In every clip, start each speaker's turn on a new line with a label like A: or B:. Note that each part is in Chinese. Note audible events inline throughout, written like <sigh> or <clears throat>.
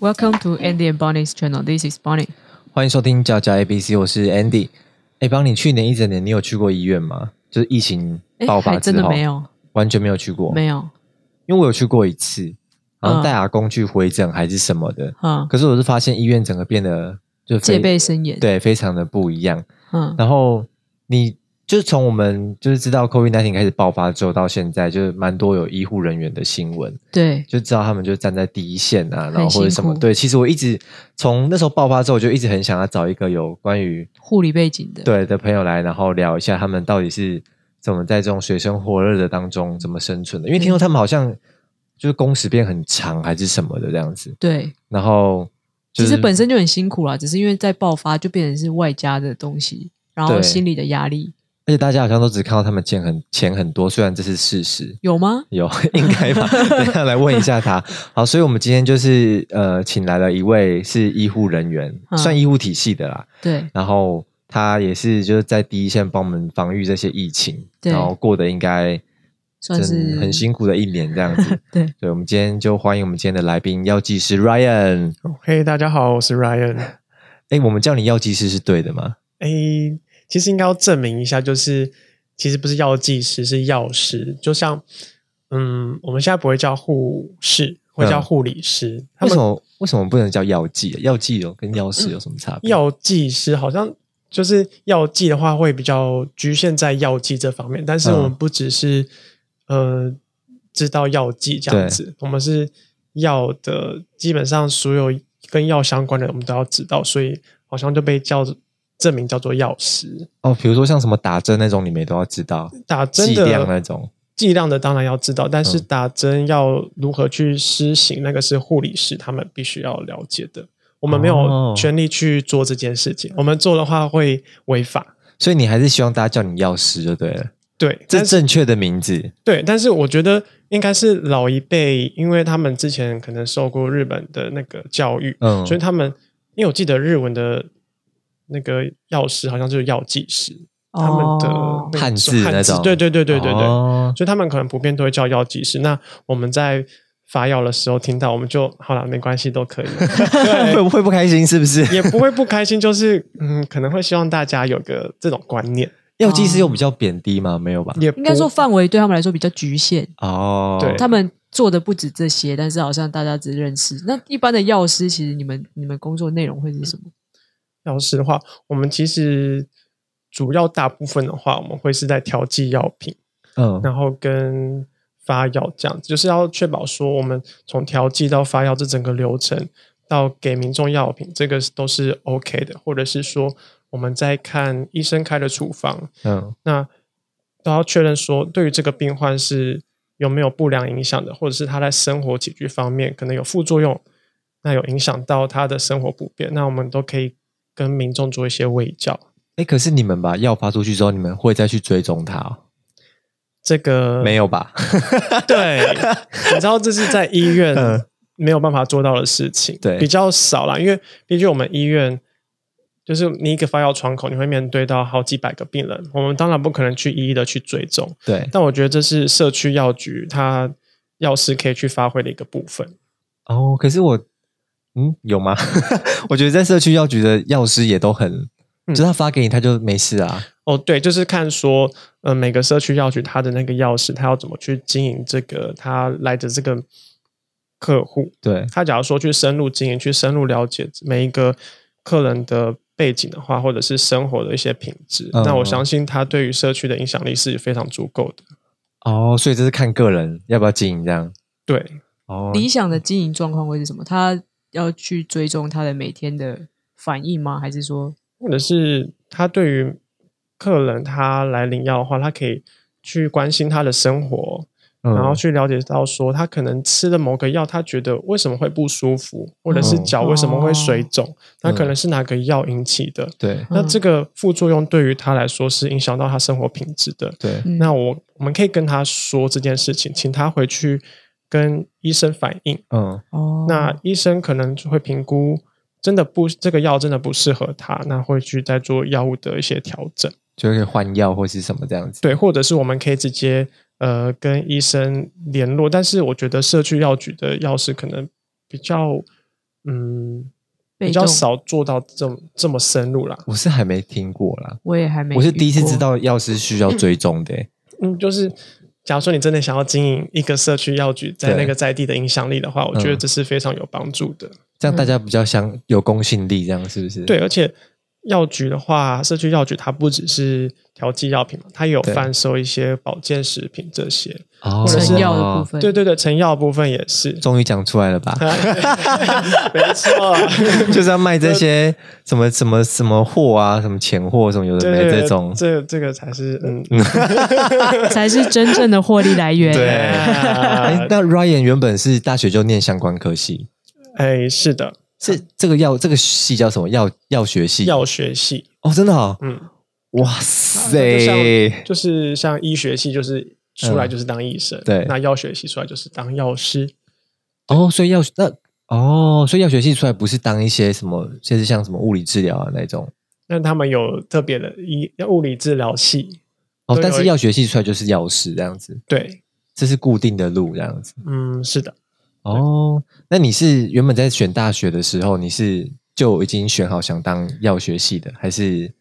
A: Welcome to Andy and Bonnie's channel. This is Bonnie.
B: 欢迎收听叫叫 ABC，我是 Andy。哎，帮你去年一整年，你有去过医院吗？就是疫情
A: 哎
B: 爆，发
A: 还
B: 之
A: 真
B: 后，
A: 的没，有，
B: 完全没有去过。
A: 没有，
B: 因为我有去过一次，然后
A: 嗯
B: 带阿公去回诊还是什么的。
A: 嗯，
B: 可是我是发现医院整个变得就非
A: 戒备森严，，
B: 对，非常的不一样。
A: 嗯，
B: 然后你就是从我们就是知道 COVID-19 开始爆发之后到现在，就是蛮多有医护人员的新闻，
A: 对，
B: 就知道他们就站在第一线啊，然后
A: 很
B: 或者什么
A: 辛苦
B: 对。其实我一直从那时候爆发之后，我就一直很想要找一个有关于
A: 护理背景的，，
B: 对的朋友来，然后聊一下他们到底是怎么在这种水深火热的当中怎么生存的。因为
A: 嗯
B: 听说他们好像就是工时变很长还是什么的这样子，
A: 对，
B: 然后、就
A: 其
B: 是、
A: 实本身就很辛苦啦，只是因为在爆发就变成是外加的东西，然后
B: 对
A: 心理的压力
B: 而且大家好像都只看到他们钱很钱很多，虽然这是事实。
A: 有吗？
B: 有应该吧？等一下来问一下他。好，所以我们今天就是呃，请来了一位是医护人员，
A: 嗯
B: 算医护体系的啦。
A: 对，
B: 然后他也是就是在第一线帮我们防御这些疫情，
A: 对
B: 然后过得应该
A: 算是
B: 真很辛苦的一年这样
C: <laughs>
B: 子。
A: 对，
B: 对，我们今天就欢迎我们今天的来宾药剂师 Ryan。
C: 嘿大家好，我是 Ryan。
B: 哎，我们叫你药剂师是对的吗？
C: 诶，其实应该要证明一下，就是其实不是药剂师，是药师。就像，嗯，我们现在不会叫护士，会叫
B: 嗯
C: 护理师。他
B: 为什
C: 们
B: 么为什么不能叫药剂？啊药剂有跟药师有什么差别？
C: 药剂师好像就是药剂的话，会比较局限在药剂这方面。但是
B: 嗯
C: 我们不只是、呃知道药剂这样子，我们是药的基本上所有跟药相关的，我们都要知道，所以好像就被叫证明叫做药师。
B: 哦，比如说像什么打针那种，你们也都要知道
C: 打针
B: 剂
C: 的
B: 量那种。
C: 剂量的当然要知道，但是
B: 嗯
C: 打针要如何去施行，那个是护理师他们必须要了解的。我们没
B: 哦
C: 有权利去做这件事情，我们做的话会违法。
B: 所以你还是希望大家叫你药师就对了，
C: 对，
B: 这
C: 但
B: 是
C: 是
B: 正确的名字。
C: 对，但是我觉得应该是老一辈，因为他们之前可能受过日本的那个教育，
B: 嗯，
C: 所以他们因为我记得日文的那个药师好像就是药剂师，他们的
A: 哦
C: 那个
B: 汉字那
C: 汉字
B: 种，
C: 对对对对对对，
B: 哦 <laughs>
C: 所以他们可能普遍都会叫药剂师。那我们在发药的时候听到，我们就好了，没关系，都可以，
B: 会不会不开心？是不是？
C: <laughs> 也不会不开心。就是嗯，可能会希望大家有个这种观念，
B: 药剂
C: 哦
B: 师又比较贬低吗？没有吧？
C: 也不
A: 应该说范围对他们来说比较局限，
B: 哦，
C: 嗯对
A: 他们做的不止这些，但是好像大家只认识。那一般的药师，其实你们你们工作内容会是什么？
C: 药师的话，我们其实主要大部分的话，我们会是在调剂药品，
B: 嗯，
C: 然后跟。发药这样子，就是要确保说，我们从调剂到发药这整个流程，到给民众药品，这个是都是 OK 的，或者是说我们在看医生开的处方，
B: 嗯，
C: 那都要确认说，对于这个病患是有没有不良影响的，或者是他在生活起居方面可能有副作用，那有影响到他的生活不便，那我们都可以跟民众做一些卫教。
B: 哎，可是你们把药发出去之后，你们会再去追踪它哦？
C: 这个
B: 没有吧？ <laughs>
C: 对，你知道这是在医院
B: 嗯
C: 没有办法做到的事情，
B: 对
C: 比较少啦，因为毕竟我们医院。就是你一个发药窗口，你会面对到好几百个病人，我们当然不可能去一一的去追踪，
B: 对，
C: 但我觉得这是社区药局它药师可以去发挥的一个部分。
B: 哦，可是我，嗯，有吗？ <laughs> 我觉得在社区药局的药师也都很，
C: 嗯
B: 就是他发给你，他就没事啊。
C: 哦，对，就是看说，呃，每个社区药局它的那个药师，他要怎么去经营这个他来的这个客户。
B: 对，
C: 他假如说去深入经营，去深入了解每一个客人的背景的话，或者是生活的一些品质，
B: 嗯
C: 那我相信他对于社区的影响力是非常足够的。
B: 哦，所以这是看个人要不要经营这样。
C: 对，
B: 哦，
A: 理想的经营状况会是什么？他要去追踪他的每天的反应吗？还是说，
C: 或者是他对于客人他来领药的话，他可以去关心他的生活，
B: 嗯
C: 然后去了解到说他可能吃了某个药，他觉得为什么会不舒服，或者是
B: 嗯
C: 脚为什么会水
A: 哦
C: 肿，那可
B: 嗯
C: 能是哪个药引起的。
B: 对
A: 嗯
C: 那这个副作用对于他来说是影响到他生活品质的。
B: 对，
A: 嗯
C: 那我我们可以跟他说这件事情，请他回去跟医生反映。
B: 嗯
A: 哦，
C: 那医生可能就会评估真的不这个药真的不适合他，那会去再做药物的一些调整。
B: 就可以换药或是什么这样子。
C: 对，或者是我们可以直接呃跟医生联络，但是我觉得社区药局的药师可能比较嗯
A: 被
C: 比较
A: 动
C: 少做到这么这么深入啦。
B: 我是还没听过啦，
A: 我也还没，
B: 我是第一次知。道药师需要追踪的欸、
C: 嗯，就是假如说你真的想要经营一个社区药局在
B: 对
C: 那个在地的影响力的话，我觉得
B: 嗯
C: 这是非常有帮助的。
B: 这样大
A: 嗯
B: 家比较相有公信力，这样是不是？
C: 对，，而且药局的话，社区药局它不只是调剂药品嘛，它也有
B: 对
C: 贩售一些保健食品这些。
B: 哦，
C: 者是
A: 成药的部。分，
C: 对对对，成药部分也是
B: <laughs> 终于讲出来
A: <laughs>
B: 了吧？
C: 没错。
B: 就是要卖这些什么什么什么货啊，什么钱货什么有的
C: 对
B: 没
C: 对对
B: 这种。
C: 这这个才是嗯，
A: 才是真正的获利来源。
B: <laughs> 对哎
C: 哎，
B: 那 Ryan 原本是大学就念相关科系，
C: 哎，是的，
B: 是这个药这个系叫什么？药药学系？
C: 药学系，
B: 哦，真的哦，
C: 嗯，
B: 哇
C: 那就像
B: 塞！
C: 就是像医学系，就是出来
B: 嗯
C: 就是当医生，
B: 对
C: 那药学系出来就是当药师，
B: 哦，所以药那哦，所以药学系出来不是当一些什么，就是像什么物理治疗啊那种。
C: 那他们有特别的医物理治疗系，
B: 哦，
C: 对
B: 但
C: 有
B: 是
C: 一
B: 药学系出来就是药师这样子，
C: 对，
B: 这是固定的路这样子。
C: 嗯，是的，
B: 哦，那你是原本在选大学的时候，你是就已经选好想当药学系的，还是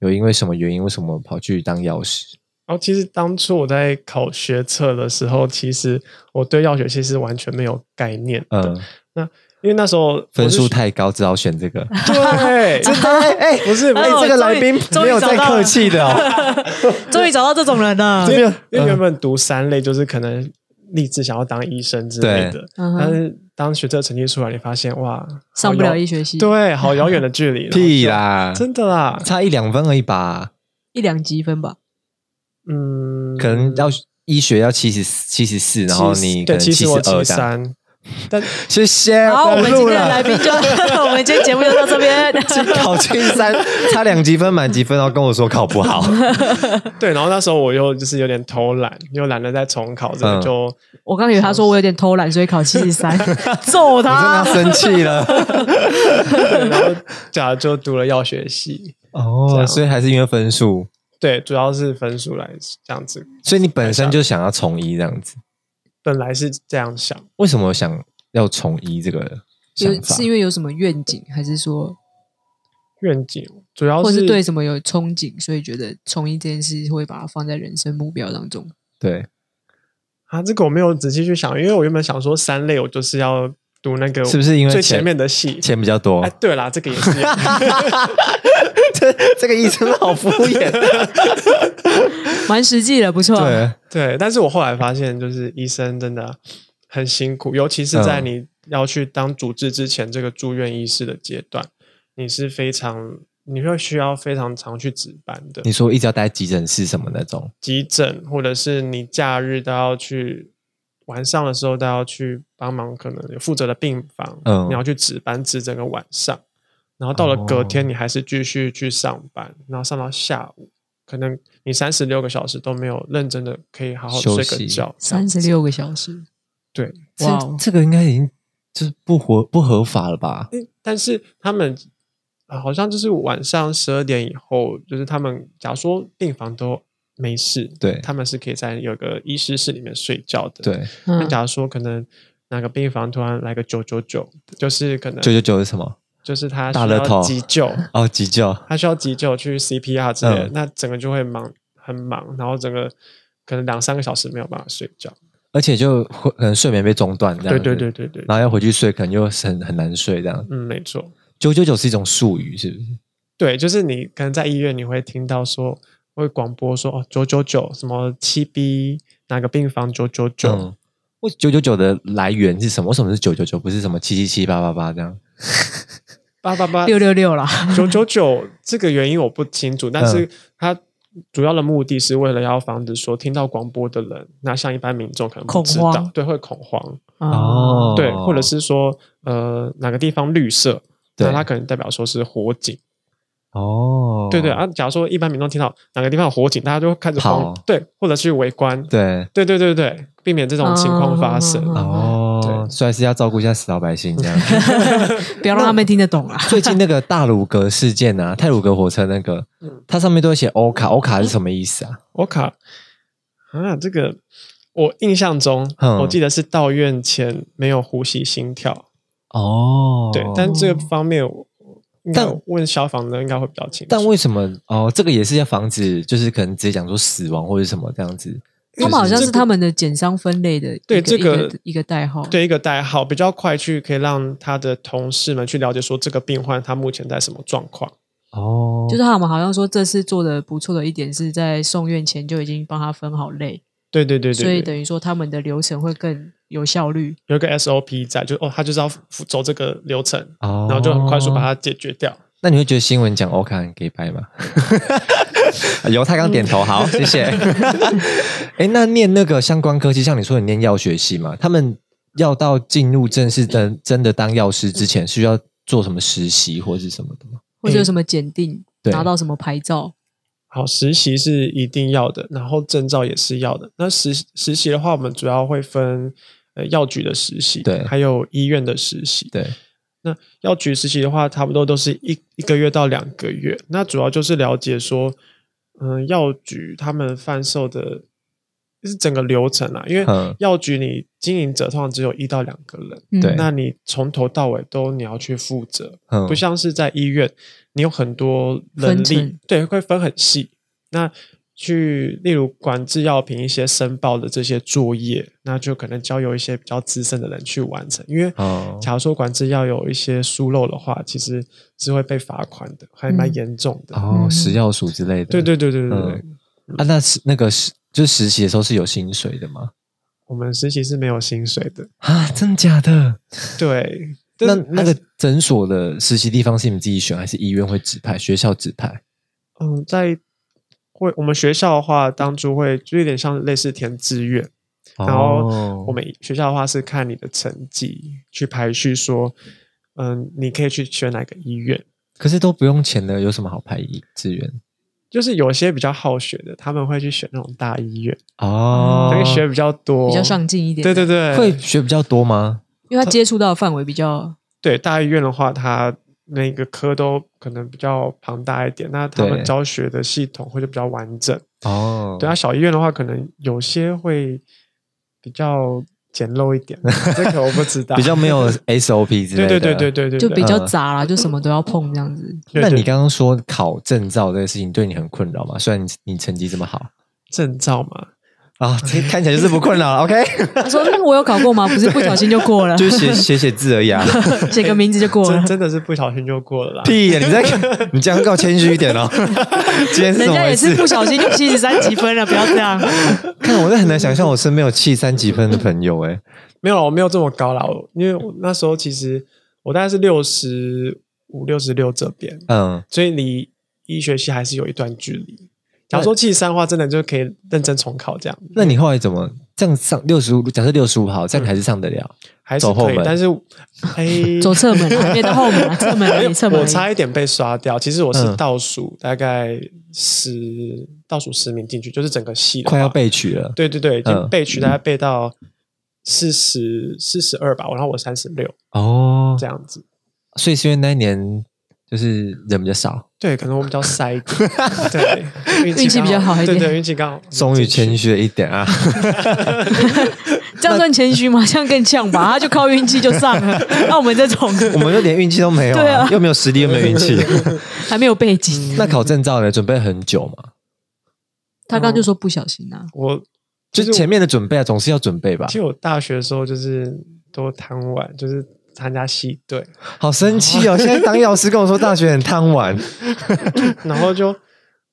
B: 有因为什么原因，为什么跑去当药师？
C: 然后哦其实当初我在考学测的时候，其实我对药学系是完全没有概念的，
B: 嗯，
C: 因为那时候我是
B: 分数太高，只好选这个。
C: 对，
B: 真的哎，
C: 不是
B: 哎，这个来宾
A: 终于
B: 没有在客 <laughs> 气的哦，
A: 终于找到这种人
B: 啊
C: <laughs>
A: 了。
C: 因为因为原本读三类就是可能立志想要当医生之类的，
A: 嗯
C: 但
A: 哼，
C: 是当学测成绩出来，你发现哇，
A: 上不了
C: 一
A: 医学系，
C: 对，好遥远的距离，
B: 屁
C: 然后
B: 啦 <laughs>
C: 就，真的啦，
B: 差一两分而已吧，
A: 一两积分吧。
C: 嗯，
B: 可能要医学要七十七十四，然后你可
C: 对，
B: 能
C: 其
B: 七
C: 实
B: 十
C: 我
B: 二
C: 七
B: 这样。
C: 三，但
B: 谢谢，
A: 好，我们今
B: 录
A: 天的
B: 了
A: 来。宾
C: <laughs>
A: 就，我们今天节目就到这边。
B: <laughs>
A: <laughs>
B: 考进三，差两积分满积分，然后跟我说考
A: <laughs>
B: 不好。
C: 对，然后那时候我又就是有点偷懒，又懒得再重考，这
B: 嗯
C: 个就
A: 我刚以为他说我有点偷懒，所以考七十
C: <laughs>
A: 三，揍
B: 我真的
A: 他！
B: 要生气了。
C: 对然后假如就读了药学系，
B: <laughs>
C: 这
B: 哦，
C: 样
B: 所以还是因为分数，
C: 对，主要是分数来这样子，
B: 所以你本身就想要从医这样子。
C: 本来是这样想，
B: 为什么想要从医这个想
A: 有
B: 法
A: 是？因为有什么愿景，还是说，
C: 愿景主要
A: 或
C: 哦是
A: 是对什么有憧憬，所以觉得从医这件事会把它放在人生目标当中？
B: 对，
C: 啊，这个我没有仔细去想，因为我原本想说三类我就是要读那个
B: 是不是因为
C: 最
B: 钱
C: 前面的系？
B: 钱比较多
C: 哎，。对啦，这个也是 <laughs>
B: 这 <laughs> 这个医生好敷衍。
A: 蛮实际的，不错。
B: <laughs> 对，
C: 对，但是我后来发现，就是医生真的很辛苦，尤其是在
B: 嗯
C: 你要去当主治之前，这个住院医师的阶段，你是非常你会需要非常常去值班的
B: 你说一直要待急诊室什么那种，
C: 急诊，或者是你假日都要去。晚上的时候都要去帮忙，可能负责的病房，
B: 嗯
C: 你要去值班值整个晚上，然后到了隔
B: 哦
C: 天你还是继续去上班，然后上到下午，可能你三十六个小时都没有认真的可以好好
B: 休
C: 睡
B: 息
C: 个觉，这样
A: 三
C: 子
A: 十六个小时，
C: 对，
B: 这
A: 哇哦！
B: 这个应该已经就是不合不合法了吧？
A: 嗯
C: 诶但是他们呃好像就是晚上十二点以后，就是他们假如说病房都没事，
B: 对
C: 他们是可以在有个医师室里面睡觉的。，
B: 对，
C: 那
A: 嗯，
C: 假如说可能哪个病房突然来个九九九，就是可能
B: 九九九是什么？
C: 就是他需
B: 大乐透
C: 要急救，
B: 哦，急救。
C: 他需要急救去 CPR 之类的，
B: 嗯
C: 那整个就会忙很忙，然后整个可能两三个小时没有办法睡觉。
B: 而且就会可能睡眠被中断这样
C: 对
B: 子，
C: 对对对对，
B: 然后要回去睡，可能又很很难睡这样。
C: 嗯，没错。
B: 九九九是一种术语，是不是？
C: 嗯对，就是你可能在医院你会听到说会广播说哦九九九什么七 B 哪个病房九九九，
B: 嗯，为九九九的来源是什么？为什么是九九九，不是什么七七七八八八这样？
C: 八八八
A: 六六六啦，
C: <laughs> 九九九这个原因我不清楚，但
B: 嗯
C: 是它主要的目的是为了要防止说听到广播的人，那像一般民众可能不
A: 恐
C: 知道
A: 慌，
C: 对，会恐慌，
A: 哦，
C: 对，或者是说呃哪个地方绿色，那
B: 对
C: 它可能代表说是火警。
B: 哦，
C: 对对啊，假如说一般民众听到哪个地方有火警，大家就会开始
B: 跑
C: 慌，对，或者去围观，
B: 对
C: 对对对对，避免这种情况发生。
A: 嗯嗯嗯嗯
B: 哦，
C: 对
B: 哦，所以还是要照顾一下死老百姓这样。
A: 嗯不要让他们听得懂啊。
B: 最近那个大鲁阁事件啊，泰鲁阁火车那个，
C: 嗯
B: 它上面都会写欧卡，欧卡是什么意思啊？
C: 我卡啊，这个我印象中，
B: 嗯
C: 我记得是到院前没有呼吸心跳，
B: 哦，
C: 对，但这个方面我。应该
B: 但
C: 问消防的应该会比较清楚，
B: 但为什么哦？这个也是要防止，就是可能直接讲说死亡或者什么这样子。
A: 他们好像是
B: 就
A: 他们的简商分类的一
C: 对
A: 个
C: 这个
A: 一个一个代号。
C: 对一个代号比较快去可以让他的同事们去了解说这个病患他目前在什么状况。
B: 哦，
A: 就是他们好像说这次做的不错的一点是在送院前就已经帮他分好类，
C: 对对对
A: 所以
C: 对对，
A: 等于说他们的流程会更有效率。
C: 有一个 SOP 在，就哦，他就是要走这个流程，
B: 哦，
C: 然后就很快速把。它解决掉。
B: 那你会觉得新闻讲欧卡很 gay 白吗？ <laughs> 犹太刚点头，好，谢
C: <laughs>
B: 谢。哎，那念那个相关科技，像你说你念药学系嘛，他们要到进入正式的真的当药师之前，需要做什么实习或是什么的吗？
C: 嗯
A: 或者有什么检定，
B: 对
A: 拿到什么牌照，
C: 好，实习是一定要的，然后证照也是要的。那实实习的话，我们主要会分呃药局的实习，
B: 对
C: 还有医院的实习。
B: 对，
C: 那药局实习的话，差不多都是一一个月到两个月。那主要就是了解说，嗯、药局他们贩售的，就是整个流程啊啦。因为
B: 嗯
C: 药局你经营者通常只有一到两个人，
A: 嗯
B: 对
C: 那你从头到尾都你要去负责，
B: 嗯，
C: 不像是在医院，你有很多人
A: 分
C: 力
A: 层，
C: 对，会分很细。那去例如管制药品一些申报的这些作业，那就可能交由一些比较资深的人去完成，因为
B: 哦
C: 假如说管制药有一些疏漏的话，其实是会被罚款的，还蛮
A: 嗯
C: 严重的。
B: 哦，
A: 嗯
B: 食药署之类的。
C: 对对对对对对，
B: 啊，那是那个是就是实习的时候是有薪水的吗？
C: 我们实习是没有薪水的，
B: 啊，真假的？
C: 对。
B: 那
C: 但是
B: 那
C: 还是
B: 个诊所的实习地方是你们自己选，还是医院会指派、学校指派？
C: 嗯，在会我们学校的话，当初会就有点像类似填志愿，然后
B: 哦
C: 我们学校的话是看你的成绩去排序说，嗯，你可以去选哪个医院。
B: 可是都不用钱的，有什么好排志愿？
C: 就是有些比较好学的，他们会去选那种大医院，
B: 哦
C: 因为学比较多，
A: 比较上进一点。
C: 对对，对，
B: 会学比较多吗？
A: 因为他接触到的范围比较
C: 对大医院的话，它那个科都可能比较庞大一点，那他们
B: 对
C: 教学的系统会就比较完整。
B: 哦，
C: 对啊，，小医院的话，可能有些会比较简陋一点，这个我不知
B: <laughs>
C: 道。
B: 比较没有 SOP 之类的。
C: 对对对对。对对，
A: 就比较
B: 嗯
A: 杂啦，就什么都要碰这样子。
C: 对
B: 那
C: 对
B: 你刚刚说考证照这个事情对你很困扰吗？虽然你你成绩这么
C: <laughs>
B: 好
C: 证照嘛，
B: 啊，这看起来就是不困扰了。OK，
A: <laughs> 他说：“嗯我有考过吗？不是不小心就过了，
B: <laughs> 就是写写写字而已啊。
A: <laughs> 写个名字就过了
C: 真。真的是不小心就过了啦。
B: 屁呀！你在你这样够谦虚一
A: <laughs>
B: 点哦。今天
A: 人
B: 是怎么
A: 家
B: 回
A: 也
B: 事
A: 是？
B: <laughs>
A: 不小心就七十三积分了，不要这样。
B: 看，我真的很难想象我身边有七三几分的朋友哎、
C: 没有啦，我没有这么高啦，我因为我那时候其实我大概是六十五、六十六这边，
B: 嗯，
C: 所以离医学系还是有一段距离。假如说七十三的话，真的就可以认真重考这样。
B: 那你后来怎么这样上六十五？假设六十五好，这样你还是上得了？
C: 还是
B: 走后
C: 可以，
B: 门
C: 但是哎，
A: <laughs> 走侧门啊，别到后门啊，侧门而已，侧门而
C: 我
A: 已。
C: 差一点被刷掉。其实我是
B: 嗯
C: 倒数大概十倒数十名进去，就是整个
A: 嗯
C: 系的话
B: 快要。被取了。
C: 对对对，已经
B: 嗯
C: 被取大概背到四十四十二吧，然后我三十六
B: 哦
C: 这，样子。
B: 所以是因为那一年就是人比较少。
C: 对，可能我比较塞
A: <laughs>
C: 一点，对，运
A: 运气比较
C: 刚
A: 好一点
C: 对对，运气刚好。
B: 终于谦
C: 进去，
B: 虚了一
A: <laughs>
B: 点啊！
A: 这样算谦虚吗？ <laughs> 这样更呛吧？他就靠运气就上了， <laughs> 那我们这种
B: 我们就连运气都没有、
A: 对啊
B: 又没有实力，又没有
A: <laughs>
B: 运气。
A: 还没有背景。
B: 那考证照呢？准备很久嘛？
A: 他刚刚就说不小心啊，
C: 我
B: 就
C: 就是
B: 前面的准备啊，总是要准备吧
C: 其。实我大学的时候就是都贪玩，就是参加系队，
B: 好生
A: <laughs>
B: 气哦！现在当药师跟我说大学很贪玩，
A: <laughs>
C: 然后就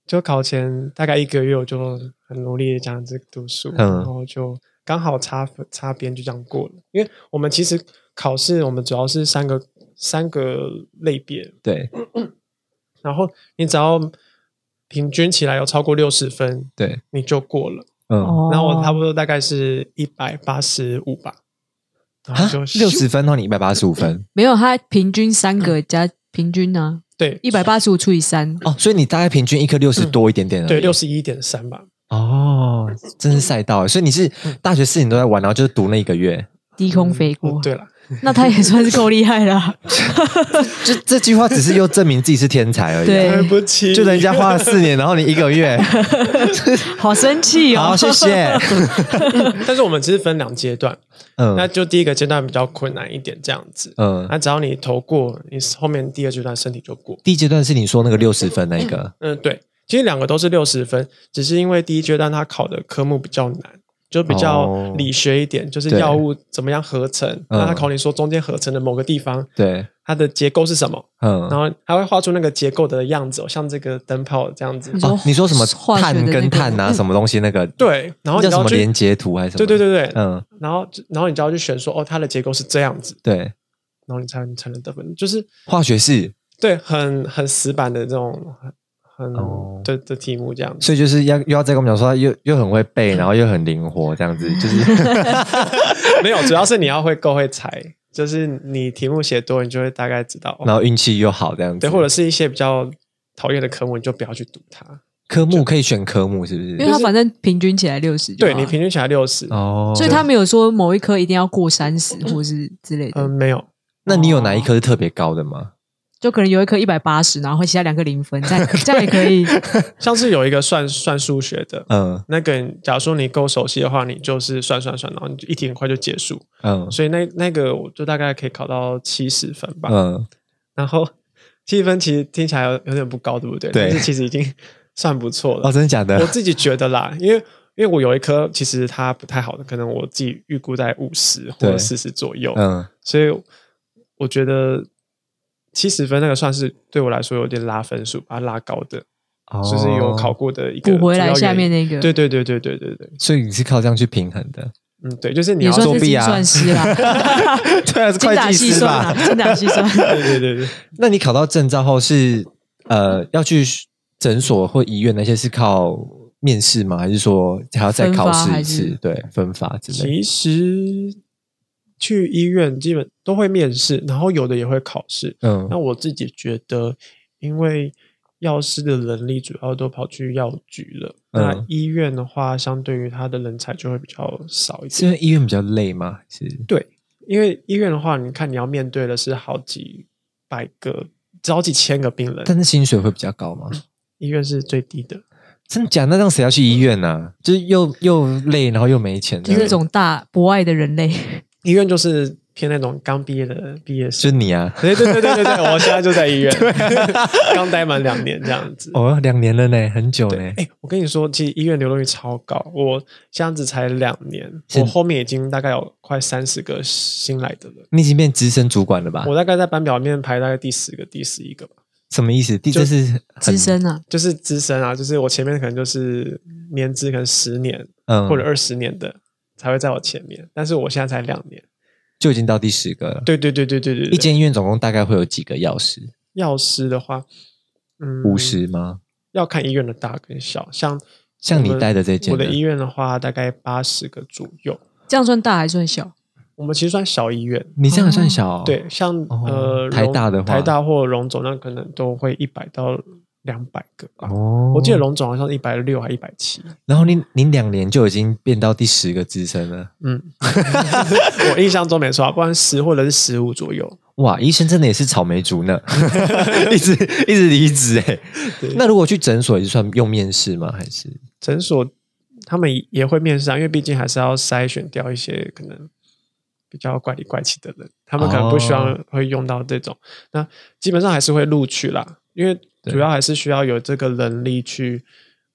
C: 就考前大概一个月，我就很努力的这样子读书，
B: 嗯
C: 然后就刚好擦分擦边就这样过了。因为我们其实考试我们主要是三个三个类别，
B: 对
C: 然后你只要平均起来有超过六十分，
B: 对，
C: 你就过了。
B: 嗯，
A: 哦
C: 然后我差不多大概是一百八十五吧，
A: 啊
C: 然后啊就
B: 啊
C: 嗯
B: 六十分的话，哦你一百八十五分
A: 没有，他平均三个加平均呢，
C: 对
A: 一百八十五除以三，
B: 哦，所以你大概平均一颗六十多一点点而已。
C: 嗯对六嗯十一点三吧，
B: 欸
C: 嗯
B: 哦，真是赛道耶。所以你是大学四年都在玩，然后就是读那一个月。
A: 低空飞过
C: 哦，对了，
A: 那他也算是够厉害啦。
B: 这这句话只是又证明自己是天才而已啊、
A: 对
C: 对不起，
B: 就人家花了四年，然后你一
A: <laughs>
B: 个月，
A: <laughs> 好生气哦！
B: 好谢谢。
C: <laughs> 但是我们只是分两阶段，
B: <laughs>
C: 那啊
B: 嗯
C: 就第一个阶段比较困难一点，这样子。
B: 嗯，
C: 那只要你投过，你后面第二阶段身体就过。
B: 第一阶段是你说那个六十分那个，
C: 嗯，对，其实两个都是六十分，只是因为第一阶段它考的科目比较难，就比较
B: 哦
C: 理学一点，就是
B: 对嗯
C: 药物怎么样合成。那它考你说中间合成的某个地方，
B: 对，
C: 它的结构是什么，
B: 嗯
C: 然。后还会画出那个结构的样子、哦，像这个灯泡这样子。
A: 你
B: 哦，你说什么
A: 化学的
B: 碳
A: 那
B: 跟
A: 个
B: 碳啊，
A: 嗯
B: 什么东西那个？
C: 对，然后
B: 叫
C: 你
B: 什
C: 要
B: 么
C: 去
B: 连，结图还是什么？
C: 对对，对对，
B: 嗯，
C: 然后然后你就要去选说，哦，它的结构是这样子，
B: 对，
C: 然后你才你才能得分，就是
B: 化学系，
C: 对，很很死板的这种很
B: 哦
C: 很的的题目这样子。
B: 所以就是要又要再跟我们讲说，他又又很会背，
C: 嗯
B: 然后又很灵活，这样子就是
C: <laughs> 没有，主要是你要会够会猜，就是你题目写多，你就会大概知道。
B: 然
C: 哦、
B: 后运气又好这样子。
C: 对，或者是一些比较讨厌的科目，你就不要去读它。
B: 科目可以选科目，是不
A: 因为
B: 是？
A: 他反正平均起来六十，
C: 对你平均起来六十，
B: 啊哦，
A: 所以他没有说某一科一定要过三十或是之类的，
C: 嗯，没有，
B: 那你有哪一科是特别高的吗？
A: 就可能有一科一百八十，然后其他两科零分，这
C: <laughs>
A: 样这样也可以。
C: 像是有一个算算数学的。
B: 嗯
C: 那个，假如说你够熟悉的话，你就是算算算，然后你就一题很快就结束。
B: 嗯
C: 所以那那个我就大概可以考到七十分吧。
B: 嗯，
C: 然后七十分其实听起来有有点不高，对不对？
B: 对
C: 但是其实已经算不错了。
B: 哦，真的假
C: 我
B: 的？
C: 自己觉得啦，因为因为我有一科其实它不太好的，可能我自己预估在五十或者
B: 对
C: 四十左右，
B: 嗯，
C: 所以我觉得七十分那个算是对我来说有点拉分数，把它拉高的，
B: 哦
C: 就是有考，过的一个
A: 补回
C: 主要
A: 来
C: 原
A: 下面
C: 因。
A: 那个，
C: 对对对对对对对，
B: 所以你是靠这样去平衡的。
C: 嗯对，就是你
A: 也
C: 要
A: 算是
B: 作
C: <laughs>
B: 弊
A: 精
B: 啊
A: 算师啦，
B: 对 <laughs> 啊，是
A: 精
B: 会
A: 打
B: 计
A: 细
B: 师
A: 算啦
B: 吧？，
A: 精打细
B: <laughs>
A: 算。
C: 对对对对，
B: 那你考到证照后是呃要去诊所或医院那些是靠面试吗？还是说还要再考
A: 分发
B: 试一
A: 还是
B: 次？对，分发之类的。
C: 其实去医院基本都会面试，然后有的也会考试，
B: 嗯
C: 那我自己觉得，因为药师的能力主要都跑去药局了，那
B: 嗯
C: 医院的话，相对于他的人才就会比较少一
B: 是
C: 点。
B: 因为医院比较累吗？是
C: 对，因为医院的话，你看你要面对的是好几百个、好几千个病人，
B: 但是薪水会比较高
C: 嗯
B: 吗？
C: 医院是最低的。
B: 真的假的？那让谁要去医院呢、就是又又累，然后又没钱，
A: 就是那种大博爱的人类，
C: 医院就是偏那种刚毕业的毕业
B: 就
C: 生。
B: 你啊，
C: 对对对对对对，我现在就在医院， <laughs> 刚待满两年这样子。
B: 哦，两年了呢，很久
C: 对
B: 呢，。
C: 哎、我跟你说，其实医院流动率超高，我这样子才两年，
B: 是
C: 我后面已经大概有快三十个新来的了。
B: 你已经变资深主管了吧？
C: 我大概在班表里面排大概第十个、第十一个吧，
B: 什么意思？第
C: 就
B: 这是很
A: 资，深啊，
C: 就是资深啊，就是我前面可能就是年资可能十年
B: 嗯，
C: 或者二十年的才会在我前面，但是我现在才两年。
B: 就已经到第十个了。，
C: 对对对对对对
B: 一
C: 对。
B: 间医院总共大概会有几个药师？
C: 药师的话，嗯，
B: 五十吗？
C: 要看医院的大跟小，像
B: 像你
C: 我们
B: 待的这间
C: 我的
B: 呢
C: 医院的话，大概八十个左右。
A: 这样算大还算小？
C: 我们其实算小医院，
B: 你这样也算小、哦？
C: 对，，像、
B: 哦
C: 呃
B: 台
C: 荣
B: 大的话
C: 台大或荣总，那可能都会一百到两百个吧。
B: 哦，
C: 我记得。荣总好像一百六还一百七，
B: 然后你你两年就已经变到第十个资深了，
C: 嗯， <laughs> 我印象中没错啊，不然十或者是十五左右。
B: 哇！医生真的也是草莓族
C: <laughs>
B: 呢，一直一直离职哎。
C: 对
B: 那如果去诊所也是算用面试吗？还是
C: 诊所他们也会面试啊，因为毕竟还是要筛选掉一些可能比较怪里怪气的人，他们可能不希望
B: 哦
C: 会用到这种。那基本上还是会录取啦，因为主要还是需要有这个能力去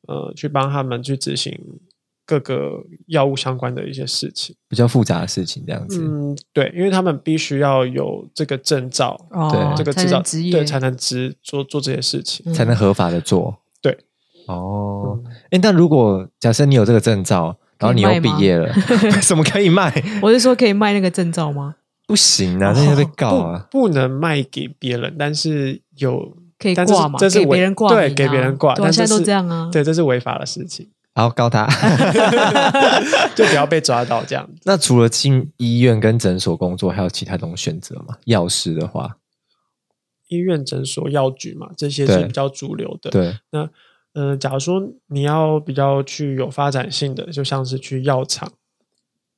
C: 呃去帮他们去执行各个药物相关的一些事情。
B: 比较复杂的事情这样子？
C: 嗯，对，因为他们必须要有这个证照。
A: 哦，
C: 这个
A: 才
C: 执照
A: 能职业
C: 对才能执做做这些事情，
A: 嗯
B: 才能合法的做。
C: 对，
B: 哦，哎，但如果假设你有这个证照，然后你
A: 可以
B: 又
A: 卖
B: 毕
A: 吗 <laughs>
B: 业了， <laughs> 什么可以卖？
A: 我是说可以卖那个证照吗？
B: 不行啊，那要
A: 哦
B: 被告啊。
C: 不不能卖给别人，但是有
A: 可以
C: 但这是
A: 挂嘛？
C: 这是
A: 给
C: 违
A: 别人挂名啊，
C: 对，给别人挂，
A: 对啊
C: 但
A: 现在
C: 是
A: 都这样啊。
C: 对，这是违法的事
A: <laughs>
C: 情， <laughs>
B: 然后告他。 <laughs>
C: 就不要被抓到这样。
B: 那除了进医院跟诊所工作，还有其他种选择吗？药师的话，
C: 医院、诊所、药局嘛，这些是
B: 对
C: 比较主流的。，
B: 对，
C: 那呃，假如说你要比较去有发展性的，就像是去药厂，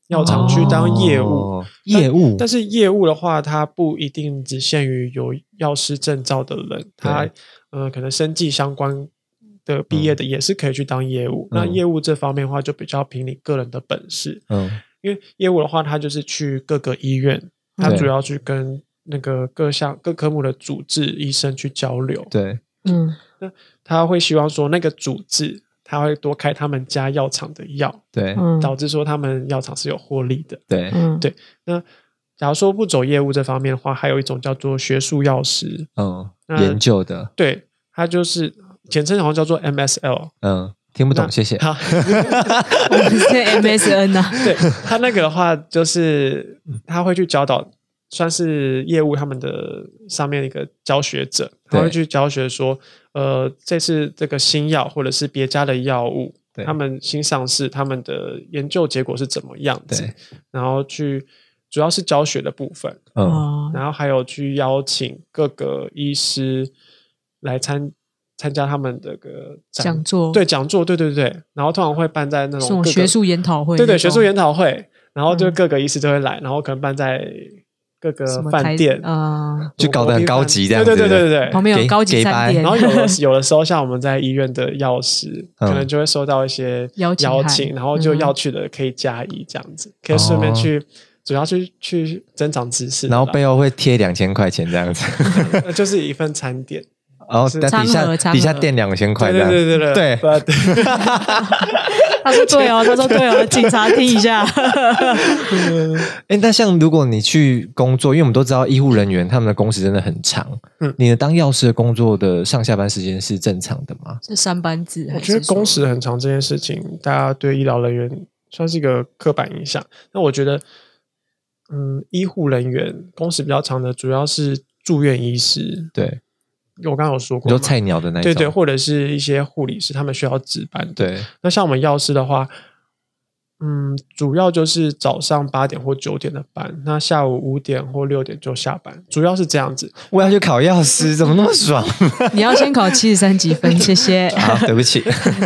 C: 药厂去当业务。
B: 哦业务，
C: 但是业务的话，它不一定只限于有药师证照的人，他呃可能生计相关的毕业的也是可以去当业务。
B: 嗯
C: 那业务这方面的话，就比较凭你个人的本事，
B: 嗯
C: 因为业务的话，它就是去各个医院，它
B: 对
C: 主要去跟那个各项各科目的主治医生去交流，
B: 对，
A: 嗯
C: 他会希望说那个主治。他会多开他们家药厂的药，
B: 对
A: 嗯，
C: 导致说他们药厂是有获利的。
B: 对，
A: 嗯
C: 对假如说不走业务这方面的话，还有一种叫做学术药师，
B: 嗯，
C: 那
B: 研究的，
C: 对，它就是简称好像叫做 MSL。
B: 嗯，听不懂，
C: 那
B: 谢谢。
C: 好，
A: 我们 <laughs> 是 MSN 呐、
C: <laughs> 对它那个的话，就是他会去教导，算是业务他们的上面一个教学者，他会
B: 对
C: 去教学说，呃，这次这个新药或者是别家的药物
B: 对，
C: 他们新上市，他们的研究结果是怎么样子
B: 对，，
C: 然后去主要是教学的部分。
B: 嗯，
A: 哦，
C: 然后还有去邀请各个医师来参参加他们这个展
A: 讲座
C: 对讲座，对对对，然后通常会办在那
A: 这
C: 种
A: 种
C: 各个
A: 学术研讨会那
C: 对
A: 种，
C: 对学术研讨会，然后就
A: 嗯
C: 各个医师都会来，然后可能办在各个
A: 什么
C: 饭
A: 台
C: 店，哎
A: 啊、
B: 就搞得很高级这样子。
C: 对对对对对
A: 旁
C: 对。
A: 边有
B: 给
A: 高级
B: 给
A: 餐
B: 掰
A: 店，
C: 然后有的有的时候，像我们在医院的药师，可能
B: 嗯
C: 就会收到一些
A: 邀请函
C: 然后就
A: 嗯
C: 要去的可以加一这样子，可以顺便
B: 哦
C: 去，主要去去增长知识啦，
B: 然后背后会贴两千块钱这样子，
C: 呃就是一份餐点，
B: 然后在哦底
A: 餐盒
B: 下
A: 餐盒
B: 底下垫两千块这
C: 对
B: 样。
C: 对对
B: 对
C: 对对，
A: 他说对哦，他说对
C: <laughs>
A: 哦，警察听一下，
B: 哎，那像如果你去工作，因为我们都知道医护人员他们的工时真的很长，
C: 嗯
B: 你的当药师的工作的上下班时间是正常的吗？
A: <laughs> 是三班制还
C: 我
A: 是
C: 觉
A: 说，
C: 得工时很长这件事情，大家对医疗人员算是一个刻板印象。那我觉得，嗯，医护人员工时比较长的，主要是住院医师，
B: 对，
C: 因为我刚刚有说
B: 你
C: 过嘛，
B: 说菜鸟的那一种，
C: 对对，或者是一些护理师，他们需要值班的。
B: 对
C: 那像我们药师的话，嗯，主要就是早上八点或九点的班，那下午五点或六点就下班，主要是这样子。
B: 我要去考药师，怎么那么爽？
A: 你要先考七十三级分，谢谢。
C: <laughs>
B: 啊，对不起，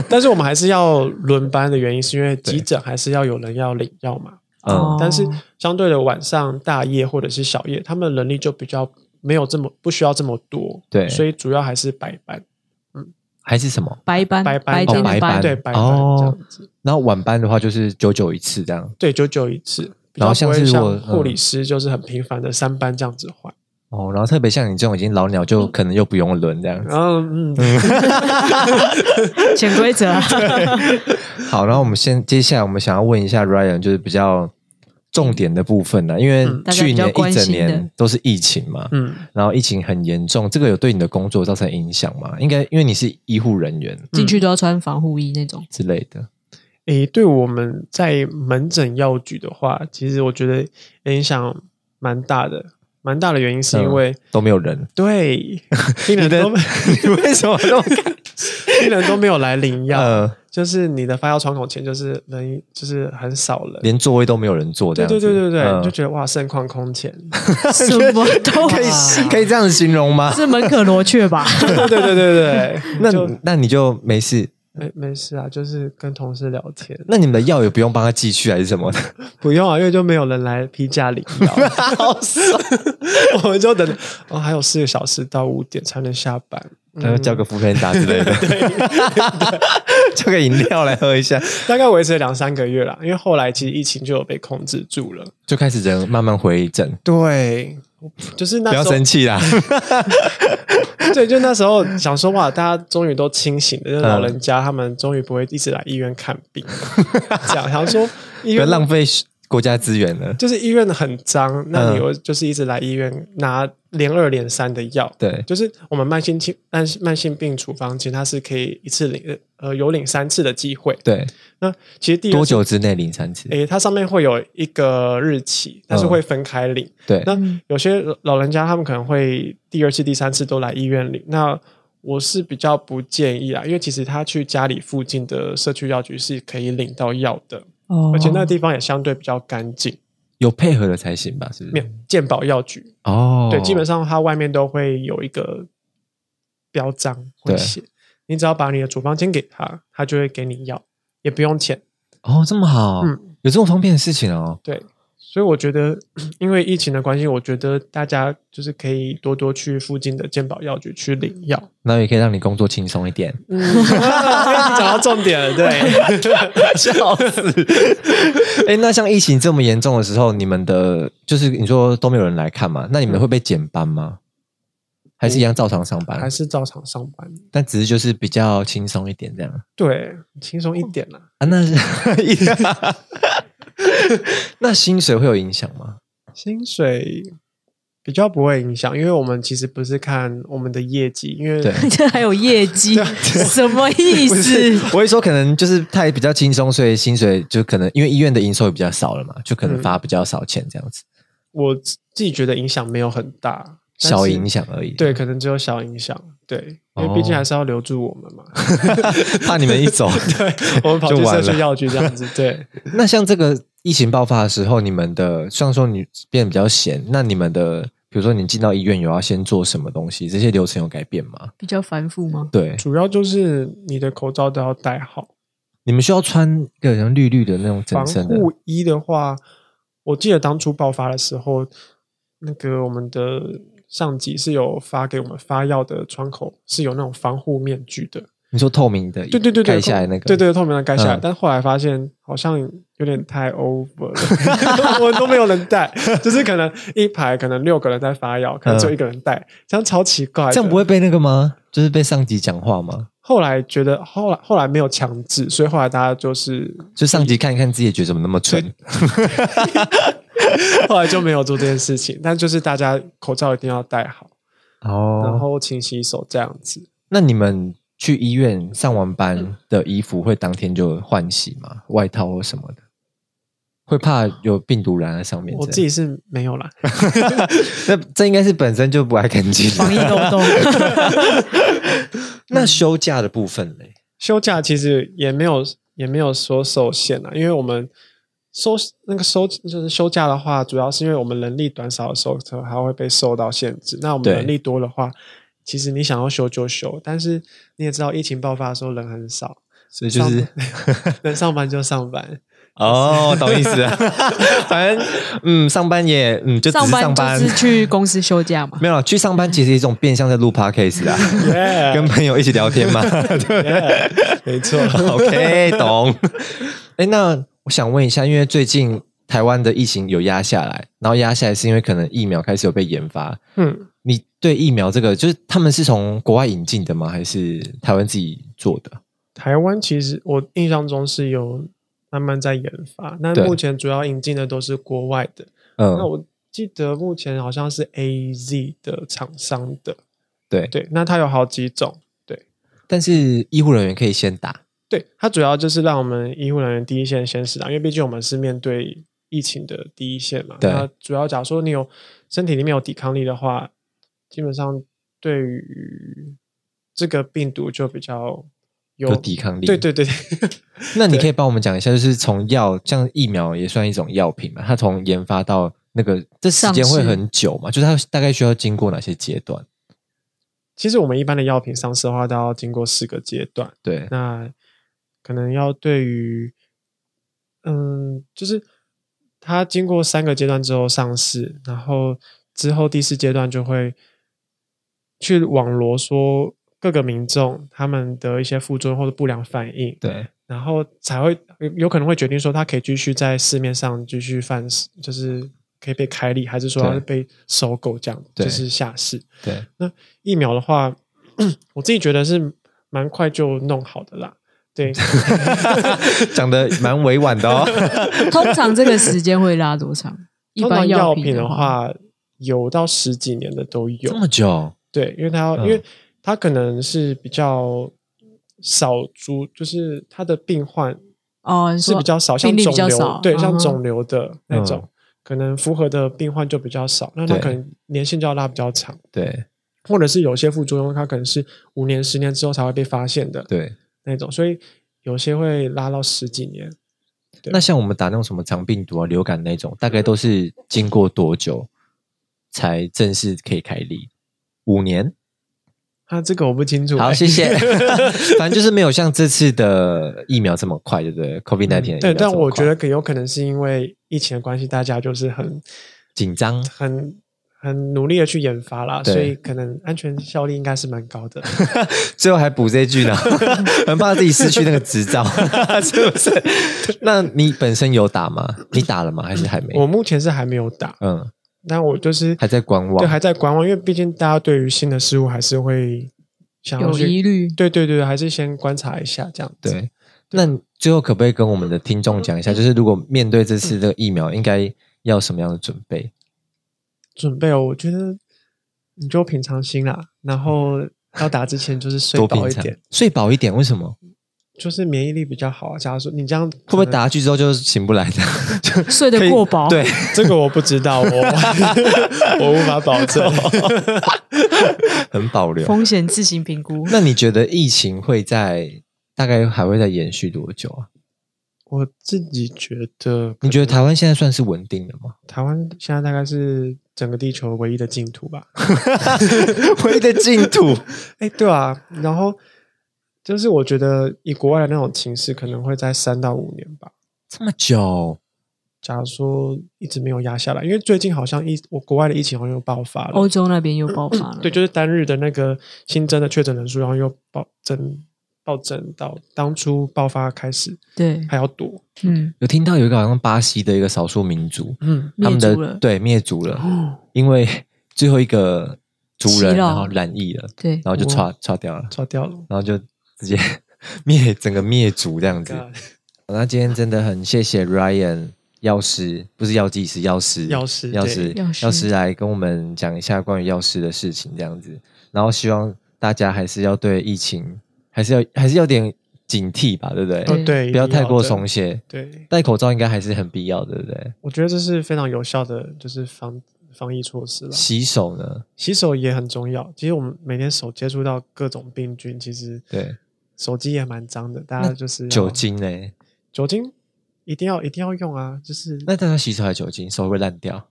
C: 但是我们还是要轮班的原因，是
B: <laughs>
C: 因为急诊还是要有人要领药嘛。
A: 哦
B: 嗯，
C: 但是相对的晚上大夜或者是小夜，他们人力就比较没有这么不需要这么多，
B: 对
C: 所以主要还是白班，
B: 还是什么？
A: 白班
C: 白班
A: 白
C: 哦
A: 天的
B: 白班
C: 对白班
B: 哦
C: 这样子，
B: 然后晚班的话就是九九一次这样。
C: 对九九一次。比
B: 然后
C: 较不
B: 像
C: 会
B: 是嗯如果
C: 像护理师就是很频繁的三班这样子换，
B: 哦，然后特别像你这种已经老鸟，就可能又不用轮这样子。
C: 然后嗯，
A: 潜规则啊，
B: 好，然后我们先接下来我们想要问一下 Ryan，就是比较重点的部分呢，因为
C: 嗯
A: 大家
B: 去
A: 比较
B: 年一
A: 关
B: 整
A: 心的
B: 年都是疫情嘛，
C: 嗯，
B: 然后疫情很严重，这个有对你的工作造成影响吗？应该因为你是医护人员
A: 进去都要穿防护衣那
C: <laughs>
A: 种。
B: 之类的，
C: 诶，对我们在门诊药局的话，其实我觉得影响蛮大的，蛮大的原因是因为、
B: 都没有人。 <laughs>
C: 对
B: 嗯你
C: 病人
B: 的
C: 都
B: 你为什么都看？
C: 病人都没有来领药，
B: 呃，
C: 就是你的发药窗口前就是人就是很少人，
B: 连座位都没有人坐，这
C: 对
B: 样
C: 对
B: 子
C: 对对对，
B: 嗯
C: 就觉得哇盛况
B: <laughs>
C: 空前，
A: 什么都啊
B: 可以可以这样子形容
A: <laughs>
B: 吗？
A: 是门可罗雀
C: <laughs>
A: 吧？
C: 对对对对对
B: 那
C: 对，就
B: 那你就没事。
C: 没没事啊，就是跟同事聊天，
B: 那你们的药也不用帮他寄去还是什么的？
C: 不用啊，因为就没有人来批假领药，
B: <laughs> 好爽！
C: 我们就等哦，还有四个小时到五点才能下班，
B: 然后叫个副片打之类的，叫个饮料来喝一下，
C: 大概维持了两三个月啦，因为后来其实疫情就有被控制住了，
B: 就开始人慢慢回正。
C: 对，就是那
B: 不要
C: 时候
B: 生气
C: <laughs>
B: 啦，
C: 对，就那时候想说哇，大家终于都清醒了，就是老人家他们终于不会一直来医院看病，这样想说医
B: 嗯不要
C: 院
B: 浪费国家资源了。
C: 就是医院很脏，那
B: 嗯
C: 你又就是一直来医院拿连二连三的药，
B: 对，
C: 就是我们慢性病慢慢性病处方，其实它是可以一次领呃有领三次的机会。
B: 对，
C: 那哎其实第一
B: 多？久之内领三次？
C: 诶，它上面会有一个日期，但是
B: 嗯
C: 会分开领。
B: 对，
C: 那有些老人家他们可能会第二次、第三次都来医院领，那我是比较不建议啦，因为其实他去家里附近的社区药局是可以领到药的，
A: 哦
C: 而且那个地方也相对比较干净，
B: 有配合的才行吧？是不
C: 没有
B: 是？
C: 健保药局，
B: 嗯哦，
C: 对，基本上它外面都会有一个标章会
B: 对
C: 写，你只要把你的处方签给他，他就会给你药，也不用钱，
B: 哦，这么好，
C: 嗯，
B: 有这种方便的事情哦。
C: 对，所以我觉得，因为疫情的关系，我觉得大家就是可以多多去附近的健保药局去领药。
B: 那也可以让你工作轻松一点。
C: 嗯，讲到重点 <laughs> 了，对，
B: 笑死！哎、那像疫情这么严重的时候，你们的就是你说都没有人来看嘛？那你们会被减班吗？还是一样照常上班
C: 还？是照常上班，
B: 但只是就是比较轻松一点这样
C: 对，轻松一点啦。
B: 啊？
C: <laughs>
B: 那是 <laughs> 那薪水会有影响吗？
C: 薪水比较不会影响，因为我们其实不是看我们的业绩，因为
B: 对
A: 这还有业
C: <laughs>
A: 绩，什么意
B: 不是
A: 思？，
B: 我一说可能就是他也比较轻松，所以薪水就可能因为医院的营收也比较少了嘛，就可能发比较少钱这样子，
C: 我自己觉得影响没有很大，嗯但是
B: 小影响而已。
C: 对，可能只有小影响，对，因为毕竟还是要留住我们嘛。
B: 怕你们一
C: <laughs>
B: 走。
C: 对，我们跑去
B: 哦就完
C: 社
B: 了
C: 区药局这样子，对，
B: 那像这个疫情爆发的时候，你们的虽然说你变得比较闲，那你们的比如说你进到医院有要先做什么东西，这些流程有改变吗？
A: 比较繁复吗？
B: 对，
C: 主要就是你的口罩都要戴好。
B: 你们需要穿一个人绿绿的那种整
C: 防
B: 身的，
C: 护衣的话，我记得当初爆发的时候，那个我们的上级是有发给我们发药的窗口是有那种防护面具的，
B: 你说透明的，
C: 对对对对，
B: 盖下来那个，
C: 对对透明的盖下来。
B: 嗯
C: 但后来发现好像有点太 over 了， <laughs> 我们都没有人戴，就是可能一排可能六个人在发药，可能只有一个人戴，这样超奇怪的。
B: 嗯这样不会被那个吗？就是被上级讲话吗？
C: 后来觉得后来后来没有强制，所以后来大家就是
B: 就上级看一看自己也觉得怎么那么蠢，
C: 后来就没有做这件事情。但就是大家口罩一定要戴好，然
B: 哦，
C: 后勤洗手这样子。
B: 那你们去医院上完班
A: 嗯
B: 的衣服会当天就换洗吗？外套或什么的，会怕有病毒染在上面之类的？
C: 我自己是没有啦， <laughs>
B: 那这应该是本身就不爱干净。
A: 防疫漏洞，
B: <laughs> 那休假的部分嘞，
C: 休假其实也没有也没有说受限啊，因为我们收那个收就是休假的话，主要是因为我们人力短少的时候，它还会被受到限制。那我们
B: 对
C: 人力多的话，其实你想要休就休，但是你也知道，疫情爆发的时候人很少，
B: 所以
C: 上
B: <laughs>
C: 能上班就上班，
B: 哦，懂意思了。 <laughs> 反正嗯，上班也嗯，就只是
A: 上
B: 上
A: 班
B: 班，
A: 就是去公司休假
C: <laughs>
A: 嘛。
B: 没有啦去上班，其实一种变相在录
A: <laughs>
B: podcast 啊，<laughs>
C: 耶
B: 跟朋友一起聊天嘛。 <laughs> 对
C: yeah，没错。
B: <laughs> ，OK，懂。哎，那我想问一下，因为最近台湾的疫情有压下来，然后压下来是因为可能疫苗开始有被研发，
C: 嗯，
B: 你对疫苗这个，就是他们是从国外引进的吗？还是台湾自己做的？
C: 台湾其实我印象中是有慢慢在研发，那
B: 对
C: 目前主要引进的都是国外的。那
B: 嗯，
C: 我记得目前好像是 A Z 的厂商的，
B: 对。
C: 对，那它有好几种，对，
B: 但是医护人员可以先打，
C: 对，它主要就是让我们医护人员第一线先试打，因为毕竟我们是面对疫情的第一线嘛。
B: 对
C: 那主要假如说你有身体里面有抵抗力的话，基本上对于这个病毒就比较有
B: 有抵抗力。
C: 对。对对 <laughs> 对，
B: 那你
C: 对
B: 可以帮我们讲一下，就是从药，像疫苗也算一种药品嘛，它从研发到那个这时间
A: 上市
B: 会很久嘛？就是它大概需要经过哪些阶段？
C: 其实我们一般的药品上市的话，都要经过四个阶段。
B: 对，
C: 那可能要对于，嗯，就是它经过三个阶段之后上市，然后之后第四阶段就会去网罗说各个民众他们的一些副作用或者不良反应，
B: 对，
C: 然后才会有有可能会决定说它可以继续在市面上继续贩售，就是可以被开立，还是说它
B: 对
C: 是被收购这样，
B: 对
C: 就是下市。
B: <laughs> 对，
C: 疫苗的话， <clears throat> 我自己觉得是蛮快就弄好的啦。对，
A: 嗯
B: 讲的蛮委婉 <laughs> 的哦。
A: 通常这个时间会拉多长？一
C: 通
A: 般
C: 常药
A: 品
C: 品的
A: 话，
C: 话，有到十几年的都有
B: 这。么久，
C: 对，因为它要、
B: 嗯
C: 因为它可能是比较少株，就是它的病患
A: 哦，你
C: 是
A: 说
C: 比较少，像
A: 病例
C: 肿
A: 比较
C: 瘤
A: 少，
C: 对，像
A: 嗯哼
C: 肿瘤的那种，可能符合的病患就比较少，那它
B: 对
C: 可能年限就要拉比较长，
B: 对
C: 或者是有些副作用，它可能是五年、十年之后才会被发现的
B: 对。
C: 那种，所以有些会拉到十几年。对
B: 那像我们打那种什么肠病毒啊、流感那种，大概都是经过多久才正式可以开立？五年？
C: 他啊这个我不清楚、
B: 好，
C: 哎
B: 谢谢。 <laughs>
C: <laughs>
B: 反正就是没有像这次的疫苗这么快，对不嗯对？COVID 1 9
C: 对，但我觉得可有可能是因为疫情的关系，大家就是很
B: 紧张，
C: 很很努力的去研发啦，
B: 对
C: 所以可能安全效力应该是蛮
B: <laughs>
C: 高的。
B: 最后还补这一 <laughs> 句呢，很怕自己失去那个执 <laughs> 照，是不是？那你本身有打吗？你打了吗？还是还没？
C: 我目前是还没有打，
B: 嗯，
C: 但我就是
B: 还在观
C: 对
B: 望。
C: 还在观望，因为毕竟大家对于新的事物还是会想要
A: 有疑
C: 去，
A: 虑。
C: 对对对，还是先观察一下这样子。
B: 对，那你最后可不可以跟我们的听众讲一下，就是如果面对这次的疫苗，应该要什么样的准备？
C: 准备哦，我觉得你就平常心啦，然后要打之前就是睡
B: 嗯多
C: 饱
B: 平
C: 一
B: 常
C: 点，，
B: 睡饱一点。为什么？
C: 就是免疫力比较好啊。假如说你这样会
B: 会不会？打下去之后就醒不来的？就
A: 睡得
B: 可以
A: 过饱
B: 对，
C: 这个我不知道，我 <laughs> 我无法保
B: <laughs>
C: 证。
B: 很
A: <laughs>
B: 保留。
A: 风险自行评估。
B: 那你觉得疫情会在大概还会再延续多久啊？
C: 我自己觉得，
B: 你觉得台湾现在算是稳定的
C: <laughs>
B: 吗？
C: 台湾现在大概是整个地球唯一的净土吧？
B: 唯一的净土，
C: 哎，对啊。然后就是我觉得以国外的那种情势，可能会在三到五年吧。
B: <laughs> 这么久，
C: 假如说一直没有压下来，因为最近好像疫，我国外的疫情好像又爆发了，
A: 欧
B: 哦
A: 洲那边又爆发了，
C: 对，就是单日的那个新增的确诊人数，然后又暴增暴增到当初爆发开始
A: 对，
C: 还要多。
A: 嗯，
B: 有听到有一个好像巴西的一个少数民族，
C: 嗯，
B: 他
A: 灭
B: 们
A: 族了
B: 的，对灭族了，
A: 哦，
B: 因为最后一个族人
A: 耆老
B: 然后染疫了，
A: 对
B: <laughs> 然，后就
C: 哇
B: 刷刷掉了，
C: <gasps> 抓掉了。
B: 然后就直接 <laughs> 灭整个灭族这样子。
C: God，
B: 那今天真的很谢谢 Ryan 药师，不是药剂师，药师，
C: 药师
B: 药师
A: 对，药师
B: 药师来跟我们讲一下关于药师的事情，这样子。然后希望大家还是要对疫情，还是要还是要点警惕吧，对不对？
A: 对
C: 哦，对，
B: 哎不要
C: 一定
B: 太过
C: 的
B: 松。懈，
C: 对，
B: 戴口罩应该还是很必要的，对不啊对？
C: 我觉得这是非常有效的，就是防防疫措施了。
B: 洗手呢？
C: 洗手也很重要。其实我们每天手接触到各种病菌，其实
B: 对，
C: 手机也蛮脏的。大家就是要
B: 酒，精呢？
C: 酒精一定要一定要用啊！就是
B: 那大家洗手还酒精，手会不会烂掉。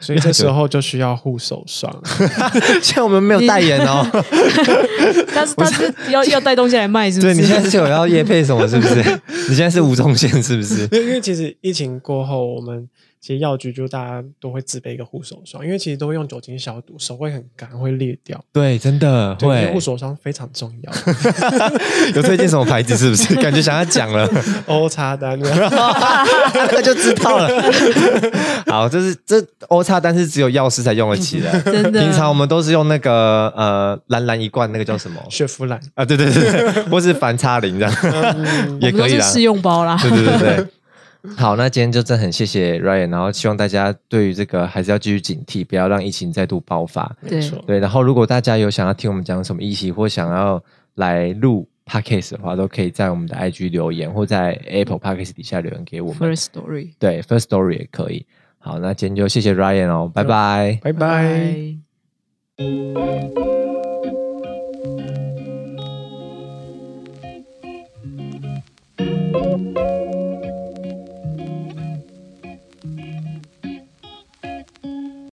C: 所以这时候就需要护手霜。
B: <laughs>
C: <laughs>
B: 现在我们没有代言哦，
A: 但是但是要要带东西来卖，是不
B: 对 <laughs>
A: 是？
B: 你现在是有要夜配什么？是不是？ <laughs> 你现在是吴宗宪是不是？
C: 因为因为其实疫情过后，我们其实药局就大家都会自备一个护手霜，因为其实都会用酒精消毒，手会很干，会裂掉。
B: 对，真的
C: 对，因
B: 会
C: 为护手霜非常重要，
B: 有推荐什么牌子是不 <laughs> 是？感觉想要讲了，
C: 欧茶单。
B: 那就知道 <laughs> 了。好，这是这 O 叉单是只有药师才用得起 <laughs> 的，
A: 真的
B: 平常我们都是用那个呃蓝蓝一罐那个叫什么
C: 雪佛兰，
B: 啊？对对对，对 <laughs> 或是反差零这样 <laughs> 也
A: 我们
B: 可
A: 都
B: 以
A: 是
B: 啦。
A: 试用包啦，
B: 对对对对。好，那今天就真的很谢谢 Ryan，然后希望大家对于这个还是要继续警惕，不要让疫情再度爆发。
A: 对
C: 没错，
B: 对，然后如果大家有想要听我们讲什么议题，或想要来录 podcast 的话，都可以在我们的 IG 留言，或在 Apple podcast 底下留言给我们。
A: First Story，
B: 对，First Story 也可以。好，那今天就谢谢 Ryan 哦，拜拜。
C: 拜拜。
A: 拜。